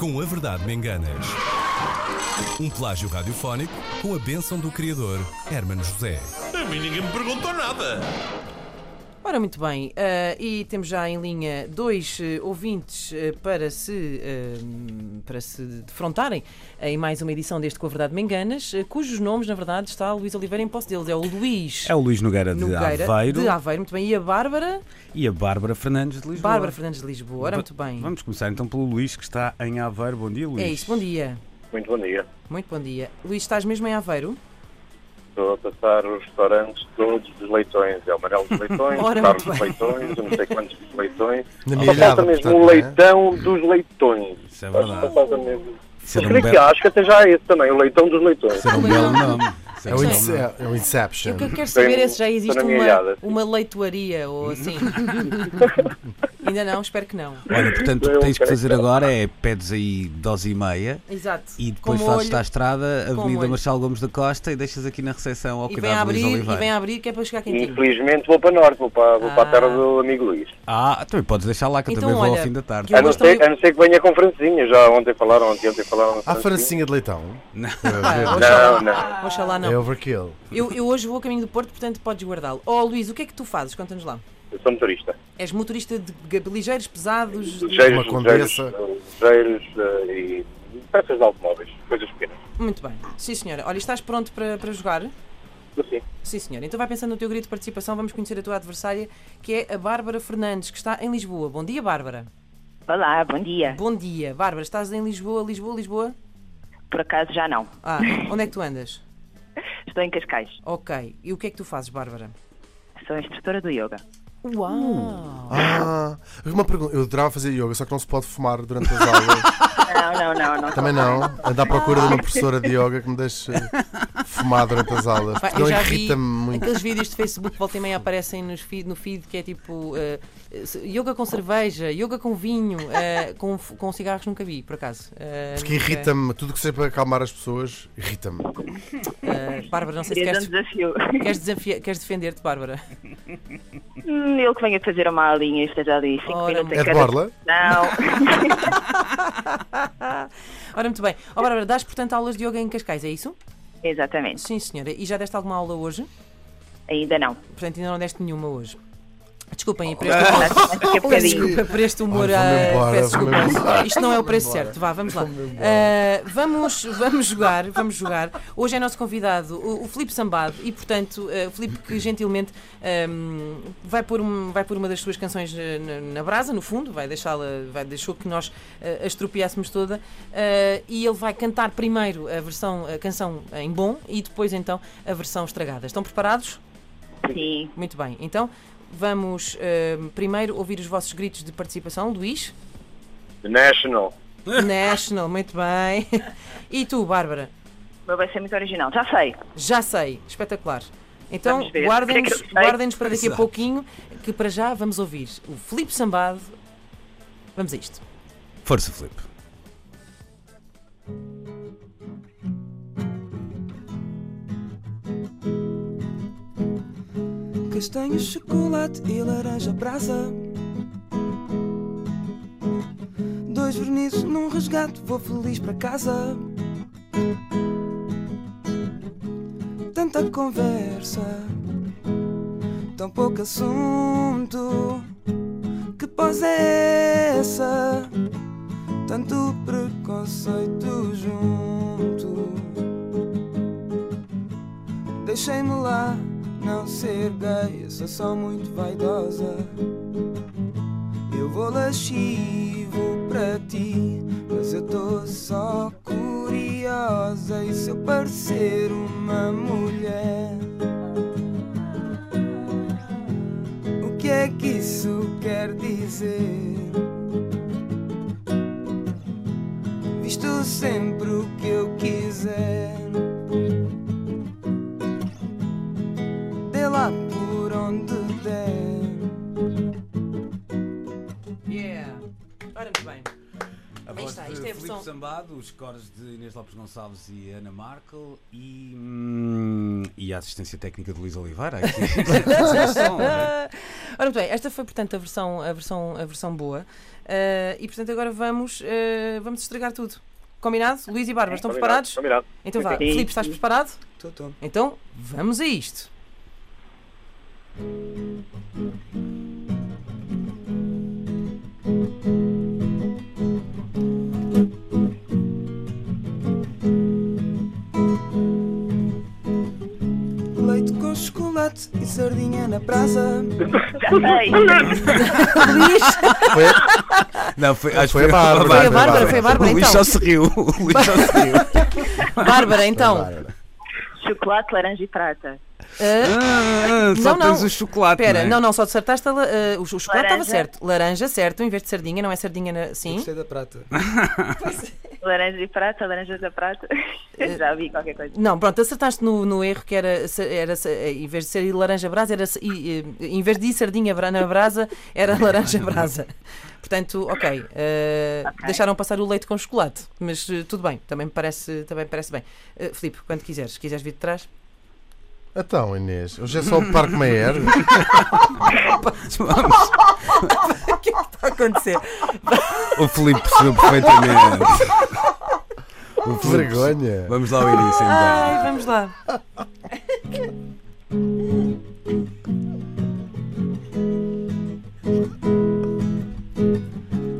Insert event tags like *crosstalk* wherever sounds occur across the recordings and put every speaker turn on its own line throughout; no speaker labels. com A Verdade Me Enganas. Um plágio radiofónico com a bênção do criador Hermano José.
A mim ninguém me perguntou nada.
Ora, muito bem, eh, e temos já em linha dois eh, ouvintes eh, para, se, eh, para se defrontarem em mais uma edição deste Com a Verdade Me Enganas, eh, cujos nomes, na verdade, está Luís Oliveira em posse deles. É o Luís
É o Luís Nogueira de
Nogueira,
Aveiro
de Aveiro, muito bem, e a Bárbara,
e a Bárbara Fernandes de Lisboa.
Bárbara Fernandes de Lisboa. Ora, muito bem.
Vamos começar então pelo Luís que está em Aveiro. Bom dia, Luís.
É isso, bom dia.
Muito bom dia.
Muito bom dia. Luís, estás mesmo em Aveiro?
Estou a passar os restaurantes todos dos leitões. É o amarelo dos leitões,
Ora,
o
muito
Carlos dos
bem.
leitões, eu não sei quantos dos leitões.
Na
Só falta
milhada,
mesmo
portanto,
o
não é?
leitão dos leitões.
Isso é
Acho que só
verdade.
falta mesmo.
Isso
Mas
era um
creio que
belo-
há, acho que até já há esse também, o leitão dos leitões.
isso era um belo nome. Isso
É
era um
o,
belo
Ince-
nome.
é o Inception.
Eu que quero saber é se já
Estou
existe
na minha
uma,
idade.
uma leitoaria ou assim. Ainda não, espero que não.
Olha, portanto, o que
Eu
tens que
quero
fazer
saber.
agora é pedes aí dose e meia
Exato.
e depois
Com
fazes
molho.
te à estrada
com
Avenida
molho.
Marchal Gomes da Costa e deixas aqui na recepção ao
E vem,
cuidado de
a
Luís
abrir, e
Oliveira.
vem a abrir que é para chegar quentinho.
Infelizmente vou para Norte, vou para, vou para
Ah.
a terra do amigo Luís.
Ah, também podes deixar lá que eu
Então,
também vou
olha,
ao fim da tarde.
que eu
A
vou
não,
estar-
ser, a não ser que venha com francesinha, já ontem falaram, ontem, ontem falaram.
Ah,
Há francinha de leitão?
Não.
É,
Não, não.
Oxalá não.
é overkill.
Eu, eu hoje vou a caminho do Porto, portanto podes guardá-lo. Oh Luís, o que é que tu fazes? Conta-nos lá.
Eu sou motorista.
És motorista de ga- ligeiros, pesados, de-
Ligeiros,
Uma
ligeiros,
condessa.
ligeiros eh, e peças de automóveis, coisas pequenas.
Muito bem. Sim senhora. Olha, estás pronto para, para jogar?
Assim.
Sim senhora. Então vai pensando no teu grito de participação, vamos conhecer a tua adversária, que é a Bárbara Fernandes, que está em Lisboa. Bom dia, Bárbara.
Olá, bom dia.
Bom dia. Bárbara, estás em Lisboa, Lisboa, Lisboa?
Por acaso já não.
Ah, onde é que tu andas?
Estou em Cascais.
Ok. E o que é que tu fazes, Bárbara?
Sou instrutora do yoga.
Uau!
Ah, uma pergunta. Eu adorava fazer yoga, só que não se pode fumar durante as aulas.
Não, não, não, não.
Também não. Ando à procura de uma professora de yoga que me deixe fumar durante as aulas.
Pá,
Porque
eu
não
já vi
irrita-me muito.
aqueles vídeos de Facebook volta e meia aparecem nos feed- no feed que é tipo eh, yoga com cerveja, yoga com vinho, eh, com, f- com cigarros nunca vi, por acaso. Eh,
Porque
nunca.
irrita-me. Tudo que seja para acalmar as pessoas, irrita-me.
Eh, Bárbara, não sei se
Queria dar um
queres,
desafio.
queres, desafia- queres defender-te, Bárbara.
*laughs* Hum, Eu que venho fazer uma aulinha e esteja ali 5
Ora,
minutos em
É de
cada
borla?
Não.
Ora, muito bem. Ó, Bárbara, dás, portanto, aulas de yoga em Cascais, é isso?
Exatamente.
Sim, senhora. E já deste alguma aula hoje?
Ainda não.
Portanto, ainda não deste nenhuma hoje. Desculpem, por este humor,
Acho que é bocadinho.
desculpa, por este humor
Olha, vou-me
ah,
embora,
peço
vou-me
desculpa.
embora.
Isto não é o preço certo. Vá, vamos lá. Ah, vamos, vamos jogar, vamos jogar. Hoje é nosso convidado o, o Filipe Sambado e, portanto, ah, o Filipe que gentilmente ahm, vai, pôr um, vai pôr uma das suas canções ah, na, na brasa, no fundo, vai deixá-la, vai, deixou que nós ah, a estropiássemos toda ah, e ele vai cantar primeiro a versão, a canção em bom e depois então a versão estragada. Estão preparados?
Sim.
Muito bem, então vamos ahm, primeiro ouvir os vossos gritos de participação,
*laughs*
Luís.
The National.
National, muito bem. E tu, Bárbara?
O meu vai ser muito original. Já sei.
Já sei, espetacular. Então
Vamos ver.
guardem-nos
O que é que eu sei?
guardem-nos para daqui a pouquinho, que para já vamos ouvir o Filipe Sambado. Vamos a isto.
Força, Filipe.
Castanho, chocolate e laranja brasa. Dois vernizes num resgate, vou feliz para casa. Tanta conversa, tão pouco assunto. Que pós é essa? Tanto preconceito junto. Deixei-me lá não ser gay, sou só muito vaidosa. Eu vou lascivo para ti, mas eu tô só curiosa. E se eu parecer uma mulher? O que é que isso quer dizer? Visto sempre o que eu quiser. dê lá por onde der.
Yeah. Ora, muito bem.
A
Aí está, isto é a
Filipe
versão-
Sambado, os cores de Inês Lopes Gonçalves e Ana Markel e, hum, e a assistência técnica de Luís Oliveira aqui. Esta versão, não é?
Ah, Ora, muito bem, esta foi, portanto, a versão, a versão, a versão boa. Eh, e, portanto, agora vamos, eh, vamos estragar tudo. Combinado? Luís e Bárbara, estão
Combinado,
preparados?
Combinado.
Então vá,
Sim.
Filipe, estás preparado?
Tô, tô.
Então, vamos a isto.
Leite com chocolate e sardinha na praça.
Já sei.
Luís,
Foi,
Não, foi, acho que
foi a Bárbara.
Foi a Bárbara, foi a Bárbara,
O Luís
então.
só se riu. *laughs* O Luís só se riu.
Bárbara, então.
Bárbara.
Chocolate, laranja e prata.
eh,
Ah, ah,
Não,
só
não.
tens o chocolate.
Espera,
é?
não, não, só acertaste a, la- eh, o, o chocolate estava
Laranja.
certo. Laranja, certo, em vez de sardinha, não é sardinha na... Sim.
Gostei da prata.
Laranja e prata, laranja da prata. *laughs* Já vi qualquer coisa.
Não, pronto, acertaste no, no erro que era, sa- era sa- eh, em vez de ser laranja brasa, era sa- e, eh, em vez de ir sardinha bra- na brasa,
*laughs*
era laranja brasa. Portanto, ok, eh, deixaram passar o leite com chocolate, mas eh, tudo bem, também me parece, também me parece bem. Eh, Filipe, quando quiseres, quiseres vir de trás? *laughs*
Então, Inês, hoje é só o Parque
*laughs*
Mayer.
Vamos.
O que é que está a acontecer?
O Filipe percebeu perfeitamente. O
Que
Filipe-
vergonha.
Vamos lá ao início então.
Ai, vamos lá.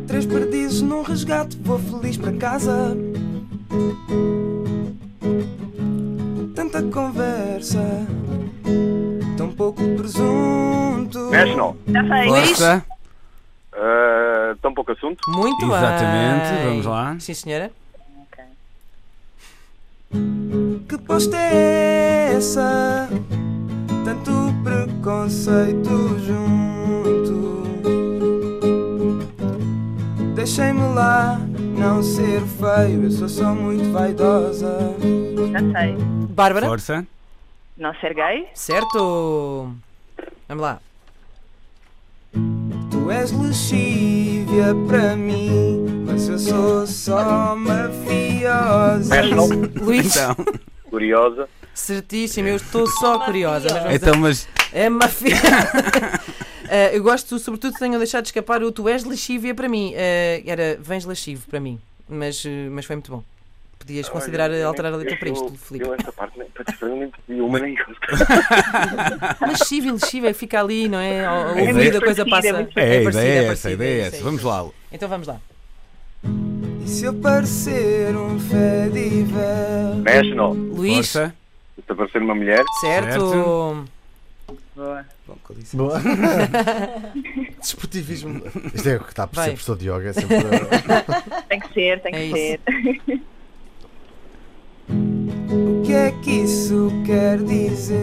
Três perdizes num resgate, vou feliz para casa. Tanta conversa, tão pouco presunto.
National.
Já sei.
Luís?
Força.
Ah, tão pouco assunto.
Muito
Exatamente,
bem.
vamos lá.
Sim, senhora.
Que posta é essa? Tanto preconceito junto. Deixem-me lá não ser feio, eu sou só muito vaidosa.
Já sei.
Bárbara?
Força.
Não ser gay?
Certo. Vamos lá.
Tu és lexívia para mim, mas eu sou só
*laughs*
mafiosa.
National.
Luís,
Então,
Curiosa.
certíssimo, eu estou só curiosa. mas vamos
então mas
É uma fiada. *laughs* Eh, eu gosto, sobretudo, que tenham deixado de escapar o Tu és lexívia para mim. Eh, era Vens lascivo para mim, mas, eh, mas foi muito bom. Podias considerar
Olha, eu
alterar a
nem-
letra para
eu-
isto, Filipe.
Eu esta parte nem, para te dizer,
*laughs*
eu nem percebi uma nem outra.
Lascivo e lexívia fica ali, não é? Ao- Ao
É
ouvido a
muito
coisa passa.
parecida, é muito
é, a ideia
parecida,
é essa,
parecida,
a ideia é
isso,
essa.
isso.
Vamos lá.
Então vamos lá.
E se eu parecer um fediver?
National.
Luís,
Força.
Se aparecer uma mulher,
certo?
Certo.
Boa.
Bom, com licença.
*laughs* Boa. Desportivismo. Isto é o que está por
Vai.
ser professor de yoga. É sempre...
Tem que ser, tem que
É
ser. *laughs*
O que é que isso quer dizer?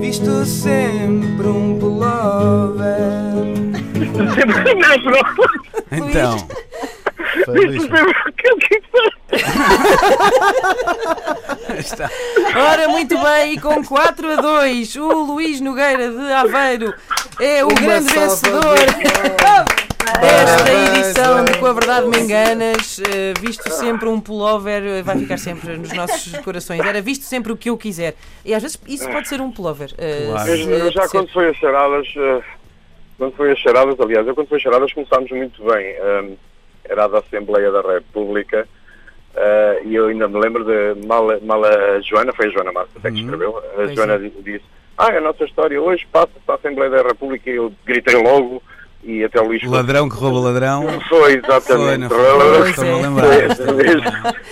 Visto sempre um pullover.
sempre National.
Então, *laughs*
Feliz.
está.
Ora, muito bem, e com 4 a 2, o Luís Nogueira de Aveiro é o
Uma
grande
salva
vencedor *laughs* desta edição de Com a Verdade Me Enganas. Eh, visto sempre um pullover, eh, vai ficar sempre nos nossos corações. Era visto sempre o que eu quiser. E às vezes isso pode ser um pullover. eh,
Claro.
se,
Eu
eh,
já
apetecer.
quando foi as charadas, eh, quando foi as charadas, aliás, eu quando foi as charadas começámos muito bem. eh, era a da Assembleia da República eh, e eu ainda me lembro de mal, mal a Joana, foi a Joana Massa até que escreveu, a
Pois
Joana
é.
di- disse, ah, a nossa história hoje passa-se à Assembleia da República e eu gritei logo e até o Luís
Ladrão que rouba ladrão.
foi
Foi,
exatamente.
não foi?
Pois
Estou-me
é.
a
Foi
lembrar.
esta vez.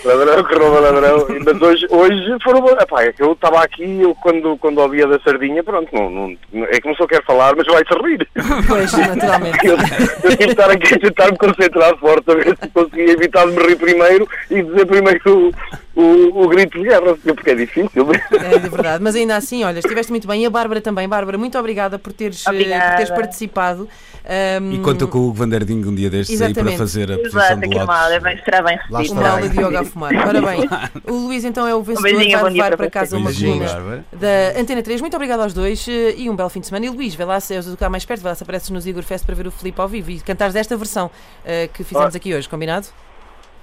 ladrão que rouba ladrão. Mas hoje, hoje foram. Epá, é que eu estava aqui, eu quando, quando ouvia da sardinha, pronto, não, não- é que não só quero falar, mas vai-se rir. *laughs*
Pois, naturalmente.
Eu, *laughs* eu tive de estar aqui a tentar me concentrar forte, a ver se conseguia evitar de me rir primeiro e dizer primeiro o, o, o grito de guerra, porque é difícil.
É de verdade, mas ainda assim, olha, estiveste muito bem. E a Bárbara também. Bárbara, muito obrigada por teres, eh, por teres
Obrigada.
participado. Ahm,
E conta com o Hugo Vanderding um dia destes aí para
Hum. Exatamente.
fazer a posição
Exato,
do
que
Lotus.
mal. É bem, será bem
Lá
Uma
recebido.
Está
aula de
bem.
yoga a fumar. Ora bem, o Luís então é o vencedor,
Um beijinho,
vai
bom dia
levar
para
para
vocês.
casa é uma
Beijinho,
coluna
Bárbara.
da Antena 3. Muito obrigado aos dois eh, e um belo fim de semana. E Luís, vê lá se és do cá mais perto, vê lá se apareces nos Igor Fest para ver o Filipe ao vivo e cantares desta versão eh, que fizemos aqui hoje, combinado?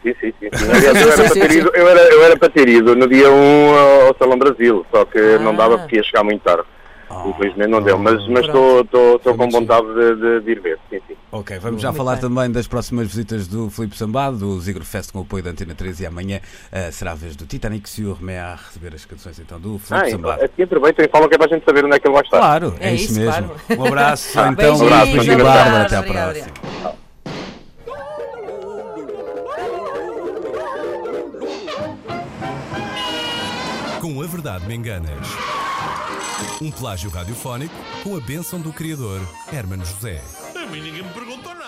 Sim, sim, sim. sim. Aliás, eu
Sim,
era,
sim,
para ter
sim,
ido, eu, era, eu era para ter ido no dia 1 ao- ao Salão Brasil, só que
Ah.
não dava porque ia chegar muito tarde. Infelizmente não deu, mas mas estou estou- estou com vontade de, de- de ir ver. Sim, sim.
Ok, vamos já
Muito
falar
bem.
também das próximas visitas do Filipe Sambado, do Zigro Fest com o apoio da Antena 13 e amanhã eh, será a vez do Titanic Sur Mé a receber as canções então do Filipe
Ah, então,
Sambado.
assim aproveitam e falam que é para a gente saber onde é que ele vai estar.
Claro, é,
É
isso,
isso,
mesmo.
claro. Ah,
Um abraço,
*laughs*
então,
Beijinhos,
abraço,
Beijinho,
obrigado.
Bárbara, até à
Obrigada,
próxima.
Com a verdade me enganas. Um plágio radiofónico com a bênção do criador Hermano José.
A mim ninguém me perguntou nada.